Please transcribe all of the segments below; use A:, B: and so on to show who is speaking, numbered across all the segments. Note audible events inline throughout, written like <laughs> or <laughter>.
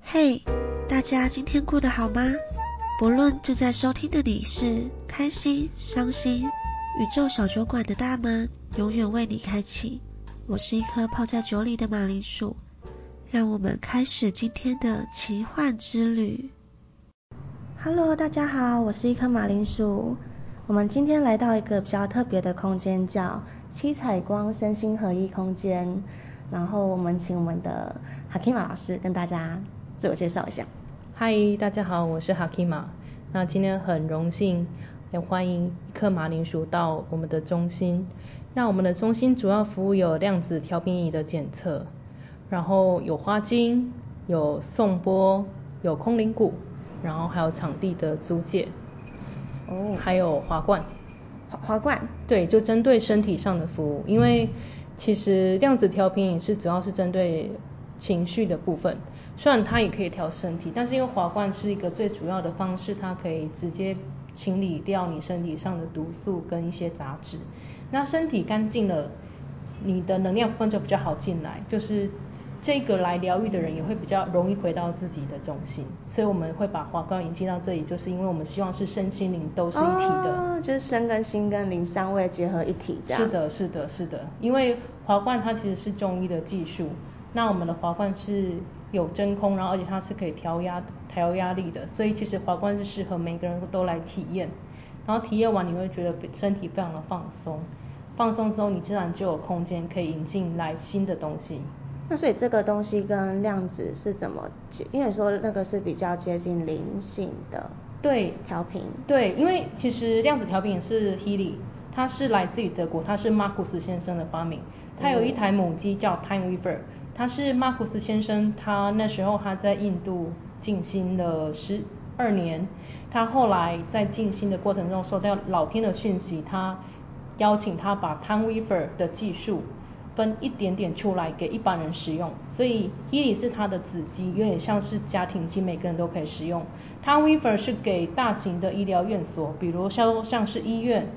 A: 嘿，大家今天过得好吗？不论正在收听的你是开心、伤心，宇宙小酒馆的大门永远为你开启。我是一颗泡在酒里的马铃薯，让我们开始今天的奇幻之旅。
B: Hello，大家好，我是一颗马铃薯。我们今天来到一个比较特别的空间，叫七彩光身心合一空间。然后我们请我们的哈基玛老师跟大家自我介绍一下。
C: 嗨，大家好，我是 Hakima。那今天很荣幸，也欢迎一颗马铃薯到我们的中心。那我们的中心主要服务有量子调频仪的检测，然后有花精，有颂钵，有空灵鼓，然后还有场地的租借，
B: 哦，
C: 还有华冠。
B: 华华冠，
C: 对，就针对身体上的服务，因为其实量子调频也是主要是针对情绪的部分，虽然它也可以调身体，但是因为华冠是一个最主要的方式，它可以直接清理掉你身体上的毒素跟一些杂质。那身体干净了，你的能量部分就比较好进来，就是这个来疗愈的人也会比较容易回到自己的中心。所以我们会把华冠引进到这里，就是因为我们希望是身心灵都是一体的。
B: 哦，就是身跟心跟灵三位结合一体这样。
C: 是的，是的，是的，因为华冠它其实是中医的技术，那我们的华冠是有真空，然后而且它是可以调压调压力的，所以其实华冠是适合每个人都来体验。然后体验完你会觉得身体非常的放松，放松之后你自然就有空间可以引进来新的东西。
B: 那所以这个东西跟量子是怎么结？因为你说那个是比较接近灵性的
C: 对，
B: 调频。
C: 对，因为其实量子调频也是 Healy，它是来自于德国，它是马库斯先生的发明。他有一台母机叫 Time Weaver，它是马库斯先生，他那时候他在印度静心了十二年，他后来在静心的过程中收到老天的讯息，他邀请他把 Time Weaver 的技术分一点点出来给一般人使用，所以 Healy 是它的子机，有点像是家庭机，每个人都可以使用。它 Weaver 是给大型的医疗院所，比如像像是医院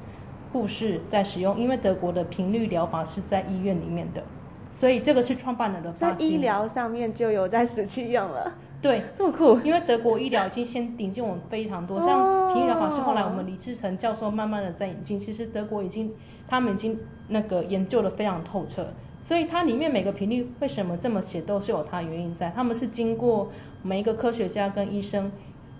C: 护士在使用，因为德国的频率疗法是在医院里面的，所以这个是创办人的发
B: 在
C: 心。
B: 医疗上面就有在实际用了。
C: 对，
B: 这么酷哦
C: 因为德国医疗已经先引进我们非常多，像频率疗法是后来我们李志成教授慢慢的在引进，其实德国已经他们已经那个研究的非常透彻，所以它里面每个频率为什么这么写都是有它的原因在，他们是经过每一个科学家跟医生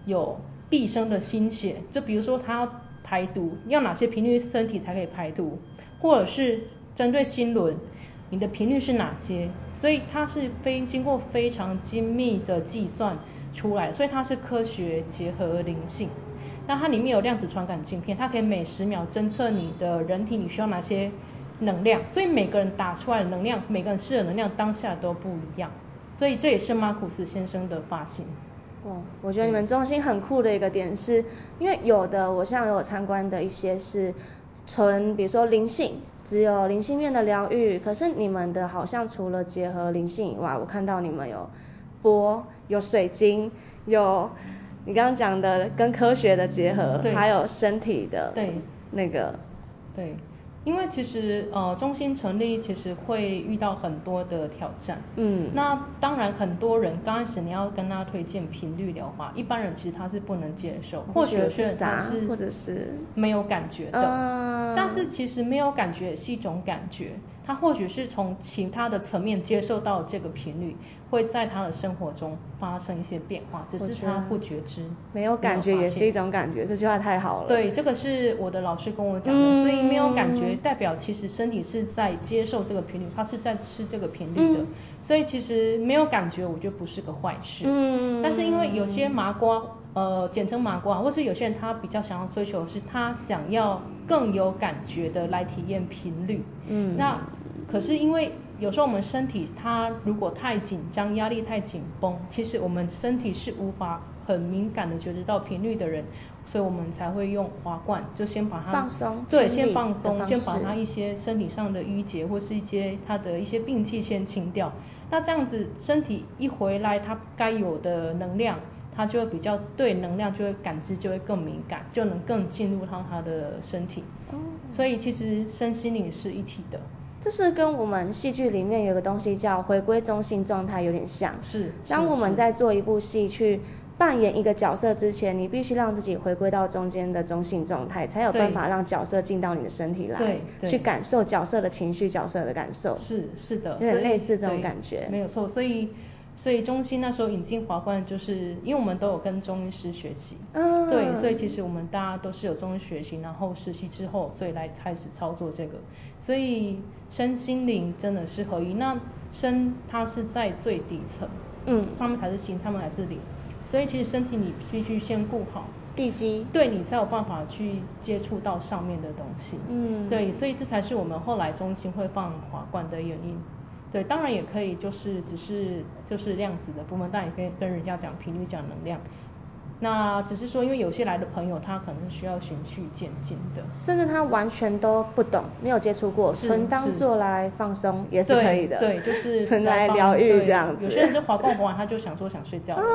C: 有毕生的心血，就比如说他要排毒，要哪些频率身体才可以排毒，或者是针对心轮。你的频率是哪些，所以它是非经过非常精密的计算出来，所以它是科学结合灵性。那它里面有量子传感镜片，它可以每十秒侦测你的人体你需要哪些能量，所以每个人打出来的能量，每个人吃的能量当下都不一样，所以这也是马库斯先生的发现。
B: 哦，我觉得你们中心很酷的一个点是，因为有的我像有参观的一些是纯，比如说灵性，只有灵性面的疗愈，可是你们的好像除了结合灵性以外，我看到你们有波，有水晶，有你刚刚讲的跟科学的结合，
C: 对
B: 还有身体的
C: 对
B: 那个
C: 对，因为其实呃，中心成立其实会遇到很多的挑战。
B: 嗯
C: 那当然，很多人刚开始你要跟他推荐频率疗法，一般人其实他是不能接受，或者有些人
B: 或
C: 他
B: 者是
C: 是
B: 傻或者是
C: 没有感觉的。
B: 嗯
C: 但是其实没有感觉也是一种感觉，他或许是从其他的层面接受到这个频率，会在他的生活中发生一些变化，只
B: 我
C: 是
B: 觉得
C: 他不觉知。
B: 没有感觉
C: 发
B: 也
C: 现
B: 是一种感觉，这句话太好了。
C: 对，这个是我的老师跟我讲的，
B: 嗯
C: 所以没有感觉，代表其实身体是在接受这个频率，它是在吃这个频率的，
B: 嗯
C: 所以其实没有感觉，我觉得不是个坏事。
B: 嗯
C: 但是因为有些麻瓜，呃，简称麻瓜，或是有些人他比较想要追求的是他想要更有感觉的来体验频率。
B: 嗯
C: 那可是因为有时候我们身体它如果太紧张、压力太紧绷，其实我们身体是无法很敏感的觉知到频率的人，所以我们才会用滑罐，就先把它
B: 放松
C: 对，
B: 清理
C: 先放
B: 的
C: 松，
B: 方
C: 先把
B: 式
C: 它一些身体上的淤结或是一些它的一些病气先清掉。那这样子身体一回来，它该有的能量，它就会比较对能量就会感知就会更敏感，就能更进入到它的身体。
B: 哦
C: 所以其实身心灵是一体的。
B: 这是跟我们戏剧里面有个东西叫回归中性状态有点像。
C: 是
B: 当
C: 是
B: 我们
C: 是
B: 在做一部戏去扮演一个角色之前，你必须让自己回归到中间的中性状态，才有
C: 对
B: 办法让角色进到你的身体来，
C: 对对
B: 去感受角色的情绪、角色的感受。
C: 是是的，
B: 有点
C: 所以
B: 类似这种
C: 对
B: 感觉
C: 没有错。所以所以中心那时候引进华冠，就是因为我们都有跟中医师学习，
B: 嗯
C: 对，所以其实我们大家都是有中医学习，然后实习之后，所以来开始操作这个。所以身心灵真的是合一。那身它是在最底层，
B: 嗯
C: 上面才是心，上面才是灵，所以其实身体你必须先顾好。
B: 地基。
C: 对你才有办法去接触到上面的东西。
B: 嗯
C: 对，所以这才是我们后来中心会放华冠的原因。对，当然也可以，就是只是就是量子的部分，但也可以跟人家讲频率、讲能量。那只是说，因为有些来的朋友，他可能需要循序渐进的。
B: 甚至他完全都不懂，没有接触过，
C: 是
B: 纯当
C: 是
B: 做来放松也是
C: 对
B: 可以的，
C: 对，
B: <laughs>
C: 就是
B: 纯
C: 来
B: 来
C: 帮
B: 疗愈
C: 对
B: 这样子。
C: 有些人是滑逛滑完，他就想说想睡觉了。
B: 啊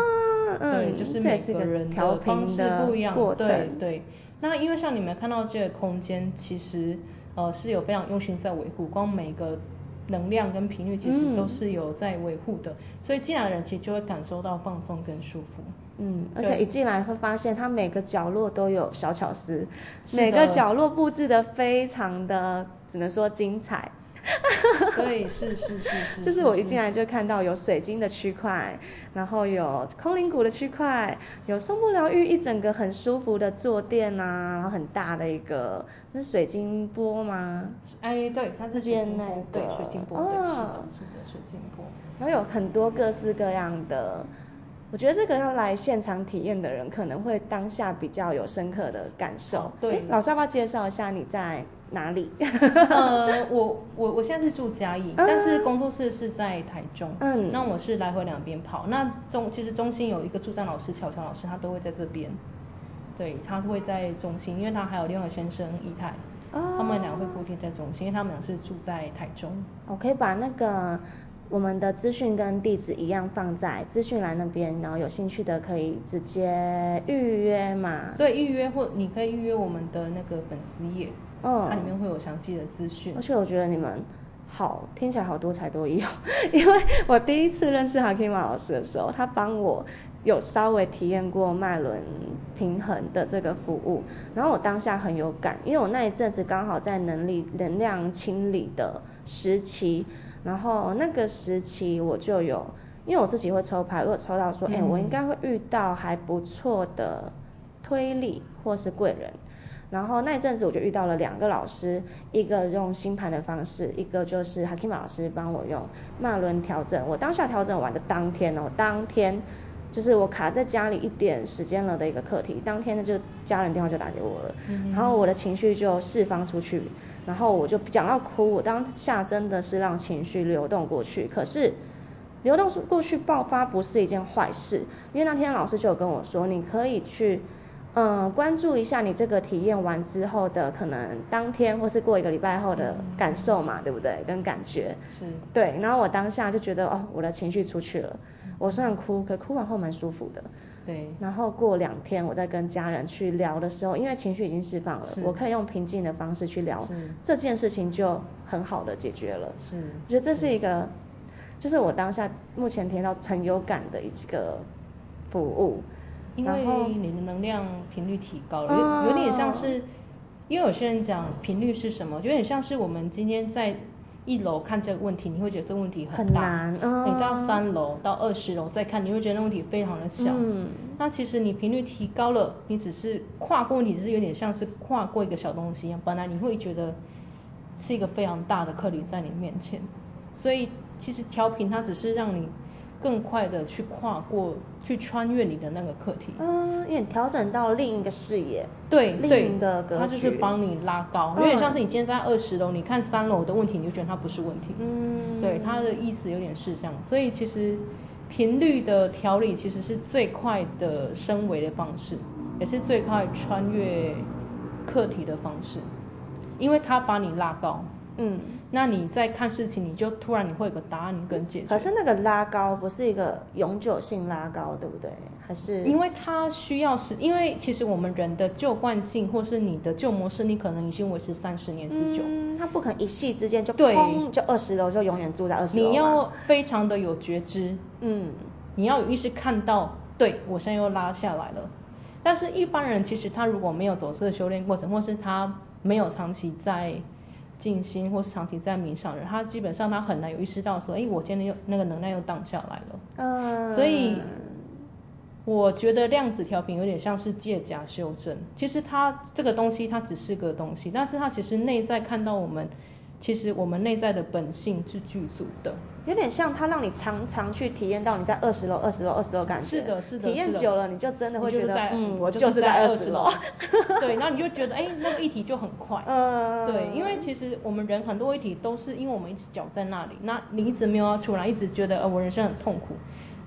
B: 嗯
C: 对，就是
B: 这也
C: 每
B: 是一
C: 个
B: 个
C: 人
B: 调
C: 的
B: 频
C: 方式
B: 的
C: 不一样
B: 过。
C: 对
B: 程
C: 对。那因为像你们看到这个空间，其实呃是有非常用心在维护，光每个能量跟频率其实都
B: 嗯
C: 是有在维护的，所以进来的人其实就会感受到放松跟舒
B: <laughs>
C: 服。
B: 嗯，而
C: 对
B: 且一进来会发现，它每个角落都有小巧思，
C: 是
B: 每个
C: 的
B: 角落布置的非常的，只能说精彩。
C: 对，是是是是。
B: <laughs> 就是我一进来就看到有水晶的区块，然后有空灵谷的区块，有松木疗愈一整个很舒服的坐垫啊，然后很大的一个，那是水晶波吗？
C: 哎，对，它是水
B: 变
C: 晶
B: 那
C: 波，对，
B: 个
C: 水晶波，对，是的
B: 哦，
C: 是的，水晶波。
B: 然后有很多各式各样的，我觉得这个要来现场体验的人，可能会当下比较有深刻的感受
C: 好。对
B: 诶老师要不要介绍一下你在哪里？ <laughs>
C: 呃，我我我现在是住嘉义，但是工作室是在台中。
B: 啊嗯
C: 那我是来回两边跑。那中其实中心有一个助战老师乔乔老师，他都会在这边。对，他会在中心，因为他还有另外一个先生仪泰，
B: 哦
C: 他们俩会固定在中心，因为他们俩是住在台中。
B: 我可以把那个我们的资讯跟地址一样放在资讯栏那边，然后有兴趣的可以直接预约嘛。，
C: 对，预约或你可以预约我们的那个粉丝页，
B: 嗯
C: 它里面会有详细的资讯。
B: 而且我觉得你们好，听起来好多才多艺哦。 <laughs> 因为我第一次认识 Hakima 老师的时候，他帮我有稍微体验过脉轮平衡的这个服务，然后我当下很有感，因为我那一阵子刚好在能力能量清理的时期，然后那个时期我就有。因为我自己会抽牌，我有抽到说，哎、
C: 嗯
B: 我应该会遇到还不错的推力或是贵人。然后那一阵子我就遇到了两个老师，一个用星盘的方式，一个就是 Hakima 老师帮我用脉轮调整。我当下调整完的当天哦，当天就是我卡在家里一点时间了的一个课题，当天呢就家人电话就打给我了，
C: 嗯哼
B: 然后我的情绪就释放出去，然后我就讲到哭，我当下真的是让情绪流动过去，可是。流动过去爆发不是一件坏事，因为那天老师就有跟我说，你可以去，嗯，关注一下你这个体验完之后的可能当天或是过一个礼拜后的感受嘛，对不对？跟感觉
C: 是
B: 对。然后我当下就觉得，哦，我的情绪出去了。我虽然哭，可哭完后蛮舒服的。
C: 对
B: 然后过两天，我再跟家人去聊的时候，因为情绪已经释放了
C: 是，
B: 我可以用平静的方式去聊
C: 是
B: 这件事情，就很好的解决了。
C: 是
B: 我觉得这是一个，就是我当下目前听到很有感的一个服务。
C: 因
B: 然后
C: 为你的能量频率提高
B: 哦
C: 了，有有点像是，因为有些人讲频率是什么，有点像是我们今天在一楼看这个问题，你会觉得这个问题
B: 很
C: 大，
B: 难哦
C: 你到三楼到二十楼再看，你会觉得那问题非常的小。
B: 嗯
C: 那其实你频率提高了，你只是跨过，你只是有点像是跨过一个小东西一样，本来你会觉得是一个非常大的课题在你面前，所以其实调频它只是让你更快的去跨过，去穿越你的那个课题。
B: 嗯，因为你调整到另一个视野，
C: 对对
B: 另一个，格局，嗯
C: 它就是帮你拉高，有点像是你今天在二十楼，你看三楼的问题，你就觉得它不是问题。
B: 嗯
C: 对，它的意思有点是这样，所以其实频率的调理其实是最快的升维的方式，也是最快穿越课题的方式，因为它把你拉高。
B: 嗯，
C: 那你在看事情，你就突然你会有个答案跟解决。
B: 可是那个拉高不是一个永久性拉高，对不对？还是
C: 因为它需要是，因为其实我们人的旧惯性或是你的旧模式，你可能已经维持三十年之久。
B: 嗯，它不可能一夕之间就
C: 对
B: 砰就二十楼就永远住在二十楼嘛
C: 你要非常的有觉知，
B: 嗯
C: 你要有意识看到，对我现在又拉下来了。但是，一般人其实他如果没有走这个修炼过程，或是他没有长期在静心，或是长期在冥想的人，他基本上他很难有意识到说，哎，我今天又那个能量又荡下来了。
B: 嗯，
C: 所以我觉得量子调频有点像是借假修真，其实它这个东西它只是个东西，但是它其实内在看到我们，其实我们内在的本性是具足的。
B: 有点像它让你常常去体验到你在二十楼、二十楼、二十楼的感觉。
C: 是的，是的。
B: 体验
C: 是的
B: 久了，你就真的会
C: 你就
B: 觉
C: 是
B: 得
C: 在，
B: 嗯，我
C: 就
B: 就是是在
C: 二
B: 二十
C: 楼
B: 楼。。
C: <laughs> 对，然后你就觉得，哎，那个议题就很快。
B: 嗯
C: 对，因为其实我们人很多议题都是因为我们一直搅在那里，那你一直没有要出来，一直觉得呃我人生很痛苦。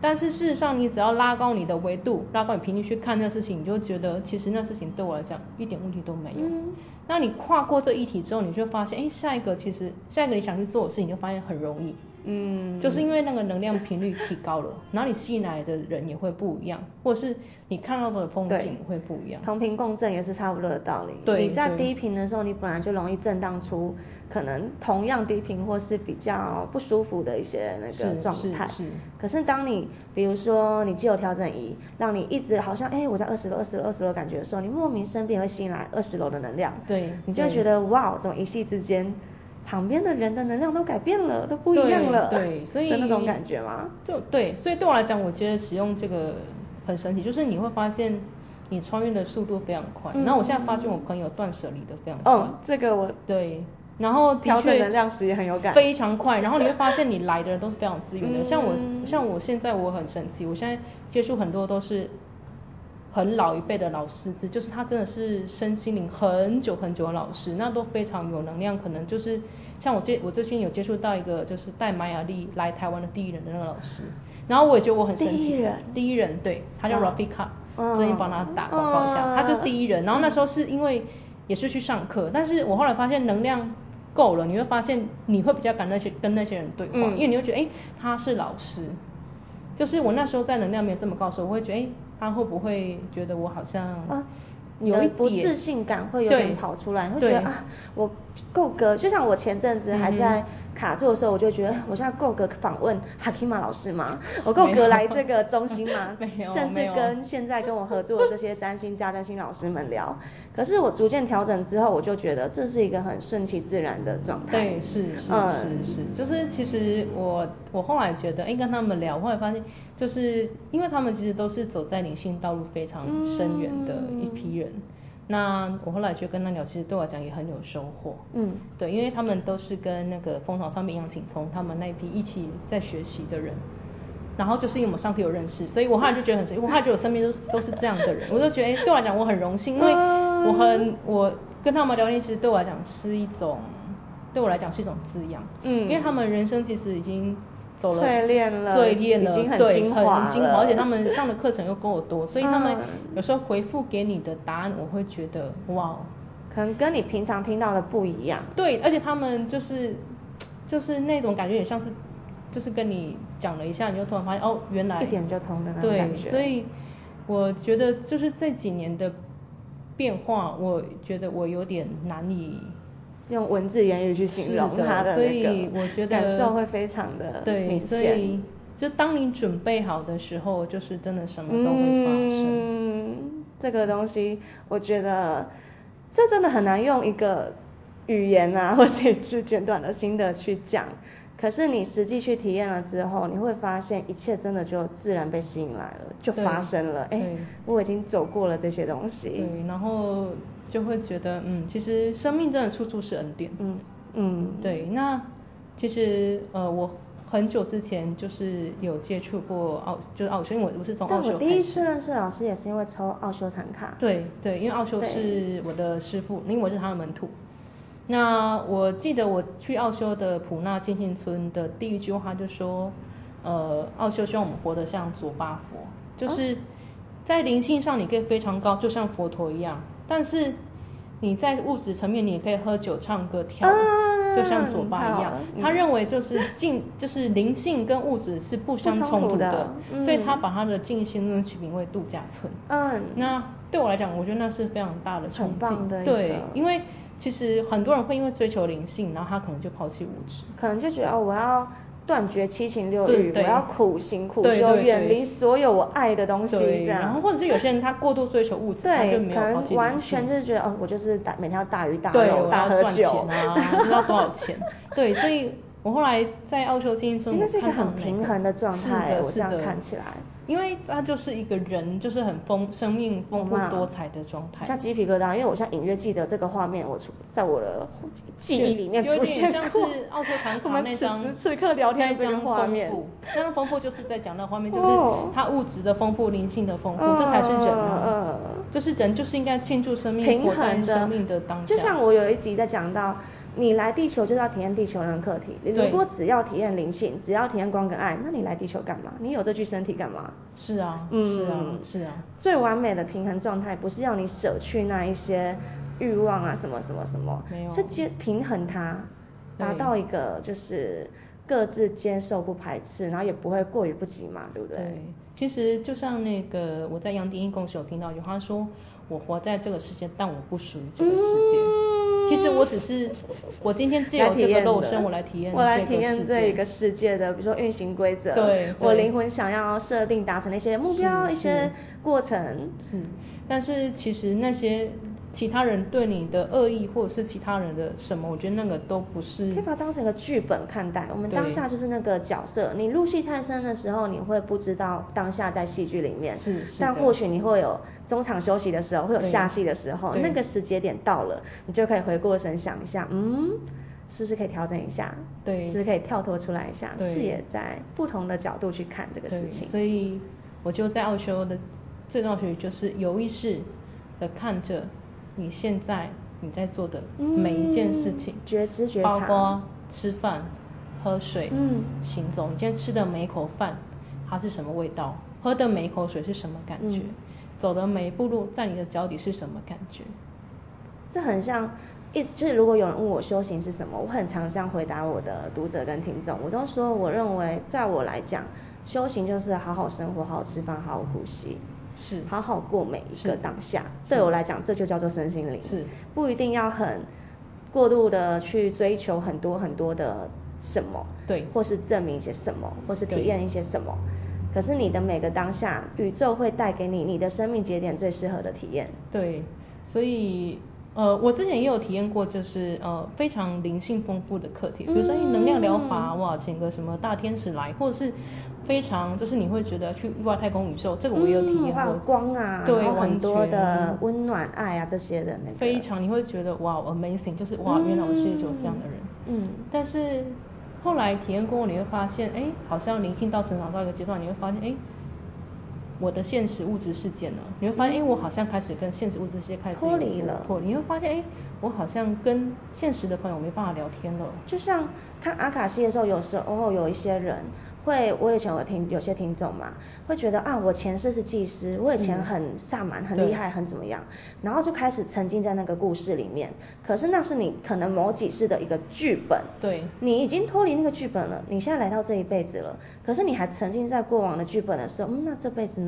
C: 但是事实上，你只要拉高你的维度，拉高你频率去看那事情，你就觉得其实那事情对我来讲一点问题都没有。
B: 嗯
C: 那你跨过这一题之后，你就发现，哎，下一个其实下一个你想去做的事情，你就发现很容易。
B: 嗯，
C: 就是因为那个能量频率提
B: <laughs>
C: 高了，然后你吸引来的人也会不一样，或者是你看到的风景
B: 对
C: 会不一样。
B: 同频共振也是差不多的道理。
C: 对
B: 你在
C: 对
B: 低频的时候，你本来就容易震荡出可能同样低频或是比较不舒服的一些那个
C: 是
B: 状
C: 是
B: 态。
C: 是
B: 可是当你比如说你既有调整仪，让你一直好像哎、我在二十楼、二十楼、二十楼感觉的时候，你莫名身边也会吸引来二十楼的能量。
C: 对
B: 你就会
C: 对
B: 觉得哇，哦怎么一夕之间，旁边的人的能量都改变了，都不一样了，
C: 对，对所
B: <laughs>
C: 以
B: 的那种感觉吗？
C: 就对，所以对我来讲，我觉得使用这个很神奇，就是你会发现你穿越的速度非常快。
B: 嗯
C: 然后我现在发现我朋友断舍离的非常快。
B: 哦，这个我
C: 对，然后的
B: 调整
C: 确
B: 能量时也很有感
C: 非常快。然后你会发现你来的人都是非常有资源的，像我
B: 嗯
C: 像我现在我很神奇，我现在接触很多都是很老一辈的老师资，就是他真的是身心灵很久很久的老师，那都非常有能量，可能就是像我最我最近有接触到一个就是带玛雅历来台湾的第一人的那个老师，然后我也觉得我很神奇，
B: 第一人
C: 第一人对，他叫
B: 哇
C: Rafika，、
B: 嗯
C: 最近帮他打广告一下，
B: 嗯
C: 他就第一人，然后那时候是因为也是去上课，但是我后来发现能量够了，你会发现你会比较敢那些跟那些人对话，
B: 嗯
C: 因为你会觉得哎、诶他是老师，就是我那时候在能量没有这么高的时候，我会觉得哎、诶他会不会觉得我好像
B: 啊
C: 有一
B: 你的不
C: 点
B: 自信感会有
C: 对
B: 点跑出来，你会觉
C: 对嗯
B: 得啊，我够格。就像我前阵子还在卡住的时候，我就觉得我现在够格访问哈基玛老师
C: <laughs>
B: 吗？我够
C: 没有？
B: 格来这个中心吗
C: 没有
B: 甚
C: 没
B: 至
C: 有
B: 跟现在跟我合作的这些占星家、占星老师们聊。可是我逐渐调整之后，我就觉得这是一个很顺其自然的状态。
C: 对，是是
B: 嗯
C: 是是，就是其实我我后来觉得，哎、跟他们聊，后来发现，就是因为他们其实都是走在灵性道路非常深远的
B: 嗯
C: 一批人。那我后来就跟他聊，其实对我来讲也很有收获。
B: 嗯
C: 对，因为他们都是跟那个蜂巢上面杨景聪他们那一批一起在学习的人。然后就是因为我们上课有认识，所以我后来就觉得很神奇，我后来觉得我身边都是都是这样的人，我就觉得，哎，对我来讲我很荣幸，因为我很我跟他们聊天，其实对我来讲是一种，对我来讲是一种滋养，
B: 嗯
C: 因为他们人生其实已经走了
B: 淬炼了
C: 淬炼
B: 已
C: 了，
B: 经很
C: 对，
B: 精华
C: 很精华，
B: 了
C: 而且他们上的课程又够我多，所以他们
B: 嗯
C: 有时候回复给你的答案，我会觉得哇哦，
B: 可能跟你平常听到的不一样。
C: 对，而且他们就是就是那种感觉，也像是就是跟你讲了一下，你就突然发现哦，原来
B: 一点就通的那种
C: 对，
B: 感觉
C: 所以我觉得就是这几年的变化，我觉得我有点难以。
B: 用文字言语去形容
C: 是的
B: 它的
C: 所
B: 那个
C: 以我觉得
B: 感受会非常的
C: 对，
B: 明
C: 所
B: 显
C: 以就当你准备好的时候，就是真的什么都会发生。
B: 嗯，这个东西我觉得这真的很难用一个语言啊， <laughs> 或者去简短的心得去讲。可是你实际去体验了之后，你会发现一切真的就自然被吸引来了，就
C: 对
B: 发生了。哎
C: 对，
B: 我已经走过了这些东西。
C: 对，然后就会觉得，嗯，其实生命真的处处是恩典。
B: 嗯嗯，
C: 对，那其实呃，我很久之前就是有接触过奥，就是奥修，因为我我是从奥
B: 但
C: 修
B: 我
C: 开始。
B: 第一次认识老师也是因为抽奥修禅卡。
C: 对对，因为奥修
B: 对
C: 是我的师傅，因为我是他的门徒。那我记得我去奥修的普纳进信村的第一句话就说，呃，奥修希望我们活得像卓巴佛，
B: 哦
C: 就是在灵性上你可以非常高，就像佛陀一样，但是你在物质层面你也可以喝酒、唱歌、跳舞。
B: 啊
C: 就像左巴一
B: 太好
C: 样
B: 了，
C: 他
B: 嗯
C: 认为就是静就是灵性跟物质是不相
B: 不冲
C: 冲
B: 突
C: 突
B: 的
C: 所以
B: 嗯
C: 他把他的静心论取名为度假村。
B: 嗯，
C: 那对我来讲，我觉得那是非常大的冲
B: 很
C: 击
B: 棒的。一个
C: 对，因为其实很多人会因为追求灵性，然后他可能就抛弃物质。
B: 可能就觉得哦，我要断绝七情六
C: 对
B: 欲，我
C: 对
B: 要苦行苦
C: 对
B: 修，
C: 对
B: 远
C: 对
B: 离所有我爱的东西，
C: 对，
B: 这样。
C: 然后或者是有些人他过度追求物质，他就
B: 对，
C: 没
B: 可
C: 有抛弃
B: 能
C: 灵
B: 完
C: 性
B: 全就是觉得哦，我就是大每天要大鱼大
C: 对，
B: 肉，
C: 我
B: 大
C: 要
B: 喝
C: 赚钱
B: 酒
C: 啊，不知道多少钱。对，所以我后来在澳洲精英
B: <laughs>
C: 村，
B: 其实那是一
C: 我
B: 个
C: 看到
B: 很
C: 那
B: 平
C: 个
B: 衡的状态
C: <laughs> 是的，
B: 我
C: 是
B: 这样
C: 的
B: 看起来
C: 因为它就是一个人，就是很丰生命丰富
B: 哇
C: 多彩的状态，
B: 像鸡皮疙瘩，因为我像隐约记得这个画面，我出在我的记忆里面
C: 有
B: 出
C: 有
B: 现
C: 点
B: 过。
C: 像是奥特
B: <laughs>
C: 唐
B: 我
C: 卡
B: 们
C: 那
B: 此
C: 张
B: 时此刻聊天
C: 那
B: 的这个
C: 张
B: 画
C: 丰
B: 面，
C: 富，那张丰富就是在讲那画面，就是
B: 哦
C: 它物质的丰富，灵性的丰富，这才是人啊
B: 嗯嗯嗯！
C: 就是人就是应该庆祝生命，
B: 平
C: 活在
B: 衡
C: 生命的当下。
B: 就像我有一集在讲到，你来地球就是要体验地球人的课题。你如
C: 对
B: 果只要体验灵性，只要体验光跟爱，那你来地球干嘛？你有这具身体干嘛？
C: 是啊，
B: 嗯
C: 是啊，是啊。
B: 最完美的平衡状态不是要你舍去那一些欲望啊，什么什么什么
C: 没，有
B: 是接平衡它，
C: 对
B: 达到一个就是各自接受不排斥，然后也不会过于不及嘛，对不对？
C: 其实就像那个我在杨迪义公司有听到一句话说，我活在这个世界，但我不属于这个世界。其实我只是我今天借
B: 来
C: 由
B: 体
C: 这个
B: 验
C: 肉
B: 的
C: 身，我来体验
B: 我嗯来
C: 这
B: 体
C: 个
B: 验
C: 世
B: 这
C: 界
B: 一个世界的，比如说运行规则，
C: 对
B: 我
C: 对
B: 灵魂想要设定达成的一些目
C: 是
B: 标、一
C: 是
B: 些过程，
C: 是，嗯但是其实那些其他人对你的恶意，或者是其他人的什么，我觉得那个都不是
B: 可以把它当成一个剧本看待。我们
C: 对
B: 当下就是那个角色，你入戏太深的时候，你会不知道当下在戏剧里面。
C: 是是
B: 但
C: 的
B: 或许你会有中场休息的时候，会有
C: 对
B: 下戏的时候，
C: 对
B: 那个时节点到了，你就可以回过神想一下，嗯，是不是可以调整一下？
C: 对
B: 是不是可以跳脱出来一下，
C: 对
B: 视野在不同的角度去看这个事
C: 对
B: 情。
C: 所以我就在奥修的最重要的学习就是有意识的看着你现在你在做的每一件事情，
B: 嗯觉知觉
C: 包
B: 察
C: 括吃饭、喝水、
B: 嗯
C: 行走。你今天吃的每一口饭它是什么味道，喝的每一口水是什么感觉，
B: 嗯
C: 走的每一步路在你的脚底是什么感觉。
B: 这很像一，就是如果有人问我修行是什么，我很常这样回答我的读者跟听众，我都说我认为，在我来讲，修行就是好好生活，好好吃饭，好好呼吸。
C: 是
B: 好好过每一个
C: 是
B: 当下，
C: 是
B: 对我来讲，这就叫做身心灵。
C: 是，
B: 不一定要很过度的去追求很多很多的什么，
C: 对
B: 或是证明一些什么，或是体
C: 对
B: 验一些什么。可是你的每个当下，宇宙会带给你你的生命节点最适合的体验。
C: 对，所以呃，我之前也有体验过，就是呃非常灵性丰富的课题，比如说哎能量疗法，
B: 嗯
C: 哇，请个什么大天使来，或者是非常就是你会觉得去域外太空宇宙，这个我也有体验
B: 嗯还
C: 过，
B: 有光啊，
C: 对，
B: 然后很
C: 完
B: 多
C: 全
B: 的温暖爱啊这些的那个，
C: 非常你会觉得哇 amazing，就是哇，原来我世界就有这样的人，
B: 嗯
C: 但是后来体验过后，你会发现，哎，好像灵性到成长到一个阶段，你会发现，哎。我的现实物质世界呢？你会发现，哎、我好像开始跟现实物质世界开始
B: 脱
C: 有
B: 离
C: 突
B: 了
C: 破。你会发现，哎、我好像跟现实的朋友没办法聊天了。
B: 就像看阿卡西的时候，有时候有一些人会，我以前有听有些听众嘛，会觉得啊，我前世是祭司，我以前
C: 是
B: 很萨满，很
C: 对
B: 厉害，很怎么样，然后就开始沉浸在那个故事里面。可是那是你可能某几世的一个剧本，
C: 对
B: 你已经脱离那个剧本了，你现在来到这一辈子了，可是你还沉浸在过往的剧本的时候，嗯，那这辈子呢？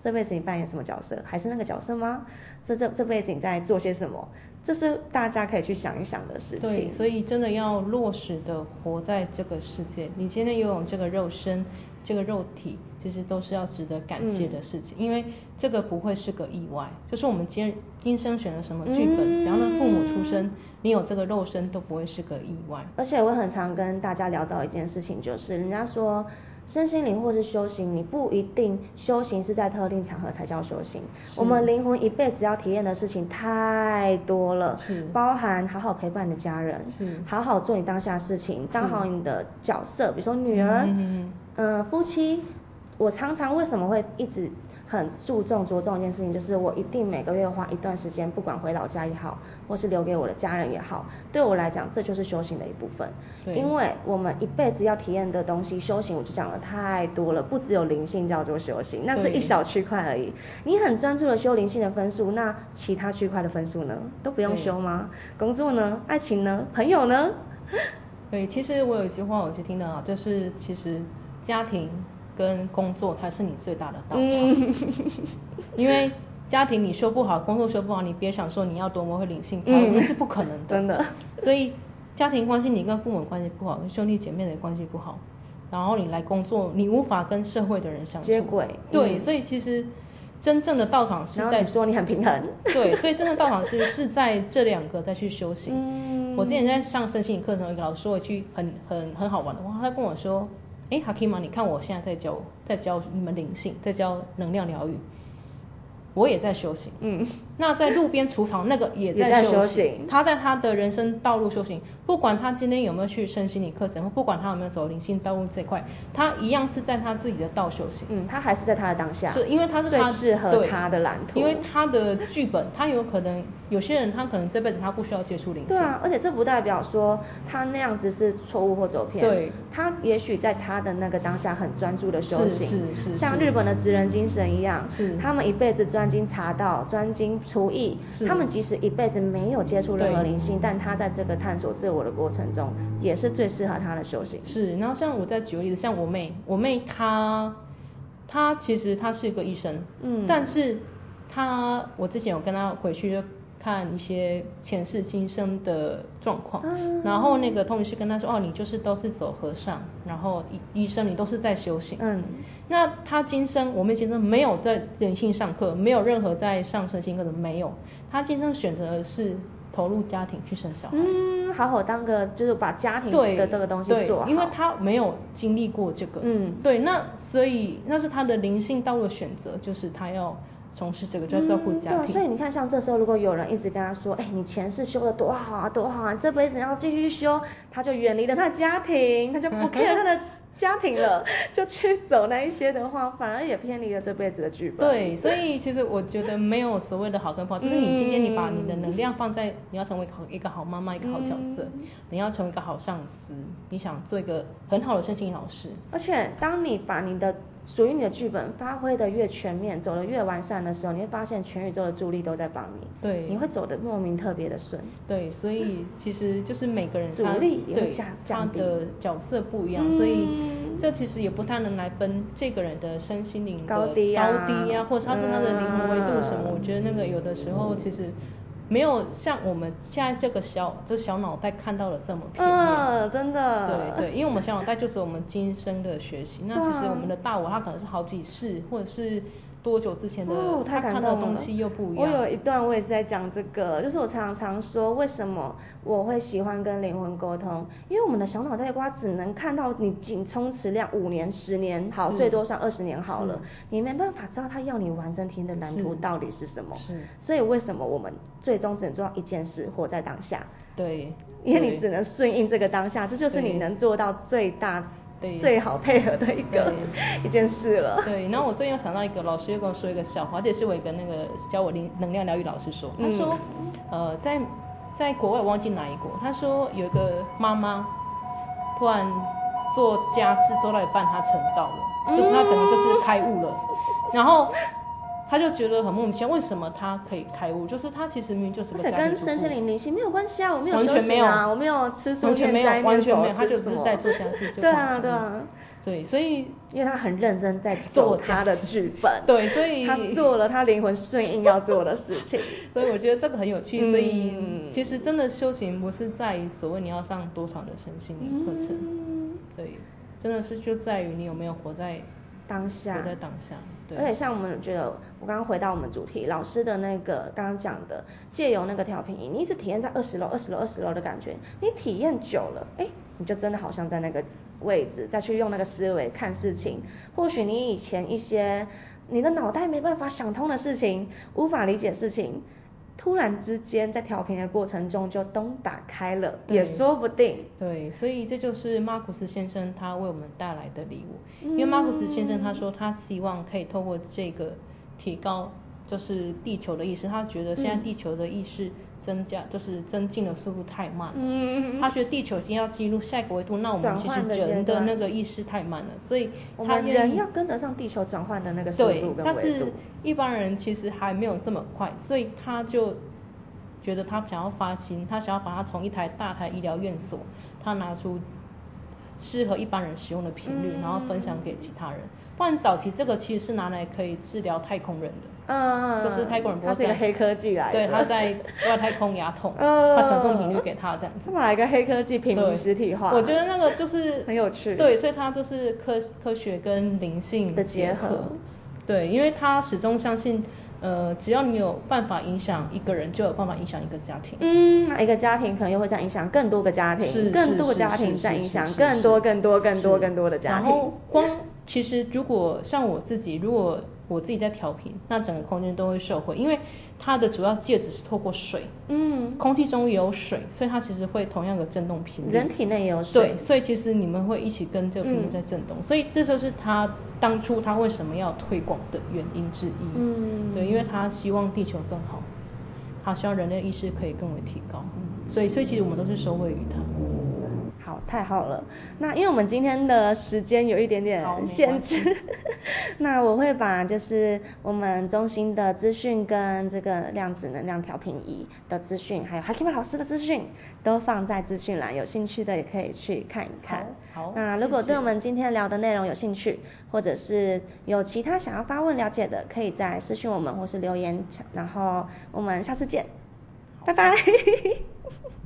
B: 这辈子你扮演什么角色？还是那个角色吗？这这这辈子你在做些什么？这是大家可以去想一想的事情。
C: 对，所以真的要落实的活在这个世界。你今天拥有这个肉身，这个肉体，其实都是要值得感谢的事情，
B: 嗯
C: 因为这个不会是个意外，就是我们今天今生选了什么剧
B: 嗯
C: 本，怎样的父母出身，你有这个肉身都不会是个意外。
B: 而且我很常跟大家聊到一件事情，就是人家说身心灵或是修行，你不一定修行是在特定场合才叫修行。
C: 是
B: 我们灵魂一辈子要体验的事情太多了
C: 是，
B: 包含好好陪伴你的家人
C: 是，
B: 好好做你当下的事情，当好你的角色，比如说女儿，
C: 嗯嗯
B: 呃，夫妻。我常常为什么会一直很注重着重一件事情，就是我一定每个月花一段时间，不管回老家也好，或是留给我的家人也好，对我来讲，这就是修行的一部分。
C: 对
B: 因为我们一辈子要体验的东西，修行我就讲了太多了，不只有灵性叫做修行，那是一
C: 对
B: 小区块而已。你很专注的修灵性的分数，那其他区块的分数呢，都不用
C: 对
B: 修吗？工作呢？爱情呢？朋友呢？
C: 对，其实我有一句话我去听的啊，就是其实家庭跟工作才是你最大的道
B: 嗯 <laughs>
C: 场，因为家庭你修不好，工作修不好，你别想说你要多么会领性开悟，
B: 嗯
C: 那是不可能的。
B: <laughs> 真的。
C: 所以家庭关系，你跟父母关系不好，跟兄弟姐妹的关系不好，然后你来工作，你无法跟社会的人相处
B: 接轨
C: 对，
B: 嗯
C: 所以其实真正的道场是
B: 然后
C: 在
B: 你说你很平衡
C: <laughs> 对，所以真正道场是是在这两个再去修行。
B: 嗯
C: 我之前在上身心灵课程，有一个老师说一句很很很好玩的话，他跟我说：“哎，哈基玛，你看我现在在教在教你们灵性，在教能量疗愈，我也在修行。”
B: 嗯
C: 那在路边除草那个也
B: 也在
C: 在
B: 修
C: 修
B: 行
C: 他在他的人生道路修行，不管他今天有没有去身心灵课程，或不管他有没有走灵性道路这一块，他一样是在他自己的道修行。
B: 嗯，他还是在他的当下，
C: 是因为他是
B: 最
C: 他
B: 适合
C: 对
B: 他的蓝图，
C: 因为他的剧本，他有可能有些人他可能这辈子他不需要接触灵性，
B: 对啊，而且这不代表说他那样子是错误或走偏，
C: 对
B: 他也许在他的那个当下很专注的修
C: 是
B: 行，
C: 是是
B: 像
C: 是
B: 日本的职人精神一样，
C: 是
B: 他们一辈子专精茶道、专精厨艺，
C: 是
B: 他们即使一辈子没有接触任何
C: 对
B: 灵性，但他在这个探索自我的过程中，也是最适合他的修行。
C: 是，然后像我再举个例子，像我妹，我妹她她其实她是一个医生，
B: 嗯
C: 但是她我之前有跟她回去就看一些前世今生的状况，
B: 啊
C: 然后那个通灵师跟她说，哦，你就是都是走和尚，然后医医生你都是在修行，
B: 嗯，
C: 那她今生我妹今生没有在人性上课，没有任何在上身心课的没有，她今生选择的是投入家庭去生小孩，
B: 嗯，好好当个就是把家庭
C: 对
B: 的这个东西
C: 对
B: 做好，
C: 因为他没有经历过这个，
B: 嗯
C: 对，那所以那是他的灵性道路的选择，就是他要从事这个，就要照顾家
B: 嗯对啊
C: 庭，
B: 所以你看，像这时候如果有人一直跟他说，哎、你前世修的多好啊，多好啊，这辈子要继续修，他就远离了他的家庭，他就
C: <laughs>
B: 不 care 他的家庭了，就去走那一些的话，反而也偏离了这辈子的剧本。
C: 对，所以其实我觉得没有所谓的好跟不好，就是你今天你把你的能量放在你要成为好一个好妈妈，一个好角色，
B: 嗯
C: 你要成为一个好上司，你想做一个很好的身心老师，
B: 而且当你把你的属于你的剧本发挥的越全面，走的越完善的时候，你会发现全宇宙的助力都在帮你，
C: 对
B: 你会走的莫名特别的顺。
C: 对，所以其实就是每个人
B: 阻
C: 他
B: 力也会
C: 对
B: 降
C: 他
B: 降低嗯
C: 的角色不一样，所以这其实也不太能来分这个人的身心灵的
B: 高低啊
C: 高低啊，或者他是他的灵魂维度什么，
B: 嗯
C: 我觉得那个有的时候其实没有像我们现在这个小这小脑袋看到了这么片面。
B: 嗯，真的。<laughs>
C: 对对，因为我们小脑袋就是我们今生的学习，那
B: 对啊
C: 其实我们的大我他可能是好几世或者是多久之前的，
B: 哦，太
C: 他
B: 感
C: 看
B: 动
C: 到
B: 了。
C: 的东西又不一样。
B: 我有一段我也是在讲这个，就是我常常说为什么我会喜欢跟灵魂沟通，因为我们的小脑袋瓜只能看到你仅充其量五年、十年，好，
C: 是
B: 最多算二十年好了
C: 是，
B: 你没办法知道他要你完整体的蓝图
C: 是
B: 到底是什么。
C: 是
B: 所以为什么我们最终只能做到一件事，活在当下？
C: 对，
B: 因为
C: 对
B: 你只能顺应这个当下，这就是你
C: 对
B: 能做到最大、
C: 对
B: 最好配合的一个 <laughs> 一件事了。
C: 对，然后我最近又想到一个老师又跟我说一个笑话，这也是我一个那个教我灵能量疗愈老师说，
B: 嗯
C: 他说，呃，在在国外我忘记哪一国，他说有一个妈妈突然做家事做到一半，她成道了，
B: 嗯
C: 就是她整个就是开悟了，然后。她就觉得很莫名其妙，为什么她可以开悟？就是她其实明明就是
B: 而
C: 个
B: 且
C: 家庭
B: 跟
C: 主
B: 身
C: 妇
B: 心灵灵性没有关系啊，我没有
C: 完
B: 修
C: 全没
B: 行
C: 有
B: 啊，我没有吃素
C: 完全
B: 念
C: 没有
B: 斋，
C: 完
B: 念
C: 全
B: 佛
C: 没有，她
B: 吃
C: 就
B: 什
C: 是
B: 么
C: 在做家
B: <laughs>
C: 事，就
B: 对
C: 跑
B: 啊
C: 开
B: 对啊，
C: 对，所以
B: 因为他很认真在
C: 做
B: 走他
C: 家
B: 的
C: 事
B: 剧本，
C: 对所以
B: 他做了他灵魂顺应要做的事情，
C: <laughs> 所以我觉得这个很有趣，所以
B: 嗯
C: 其实真的修行不是在于所谓你要上多少的身心灵课程，
B: 嗯
C: 对，真的是就在于你有没有活在
B: 当下
C: 活在当下，对，
B: 而且像我们觉得，我刚刚回到我们主题，老师的那个刚刚讲的，借由那个调频仪，你一直体验在二十楼、二十楼、二十楼的感觉，你体验久了，哎，你就真的好像在那个位置，再去用那个思维看事情。或许你以前一些你的脑袋没办法想通的事情，无法理解事情。突然之间，在调频的过程中就灯打开了，
C: 对
B: 也说不定。
C: 对，所以这就是马库斯先生他为我们带来的礼物。
B: 嗯
C: 因为马库斯先生他说他希望可以透过这个提高就是地球的意识，他觉得现在地球的意识增加、就是增进的速度太慢了。
B: 嗯
C: 他觉得地球已经要进入下一个维度，那我们
B: 转
C: 其
B: 换
C: 实
B: 的阶
C: 人的
B: 段
C: 那个意识太慢了，所以
B: 我
C: 他
B: 们
C: 愿意
B: 人要跟得上地球转换的那个速
C: 对
B: 度，跟
C: 但
B: 维度
C: 是。一般人其实还没有这么快，所以他就觉得他想要发心，他想要把它从一台大台医疗院所他拿出适合一般人使用的频率，
B: 嗯
C: 然后分享给其他人。不然早期这个其实是拿来可以治疗太空人的，
B: 嗯
C: 就是太空人不
B: 它是一个
C: 在
B: 黑科技来的
C: 对，他在外太空牙痛，
B: 嗯
C: 他传送频率给他这样子
B: 这。么来一个黑科技平民
C: 对
B: 实体化，
C: 我觉得那个就是
B: 很有趣
C: 对，所以它就是科科学跟灵性
B: 的结
C: 结
B: 合
C: 对，因为他始终相信，呃，只要你有办法影响一个人，就有办法影响一个家庭。
B: 嗯，那一个家庭可能又会这样影响更多个家
C: 是
B: 庭，更多个
C: 是
B: 家
C: 是
B: 庭
C: 是
B: 再
C: 是
B: 影响
C: 是
B: 更
C: 是
B: 多更多更多
C: 是
B: 更多的家
C: 然后
B: 庭。
C: 光其实如果像我自己，如果我自己在调频，那整个空间都会受惠，因为它的主要介质是透过水，
B: 嗯
C: 空气中也有水，所以它其实会同样的振动频率。
B: 人体内也有水嗯
C: 对，所以其实你们会一起跟这个频率在振动，所以这就是他当初他为什么要推广的原因之一。
B: 嗯
C: 对，因为他希望地球更好，他希望人类意识可以更为提高，嗯所以所以其实我们都是受惠于他。
B: 好，太好了。那因为我们今天的时间有一点点
C: 好没
B: 限
C: 关系
B: 制， <laughs> 那我会把就是我们中心的资讯跟这个量子能量调频仪的资讯，还有 Hakim 老师的资讯都放在资讯栏，有兴趣的也可以去看一看。
C: 好好
B: 那如果
C: 谢谢
B: 对我们今天聊的内容有兴趣，或者是有其他想要发问了解的，可以在私 <laughs> 讯我们或是留言，然后我们下次见，拜拜。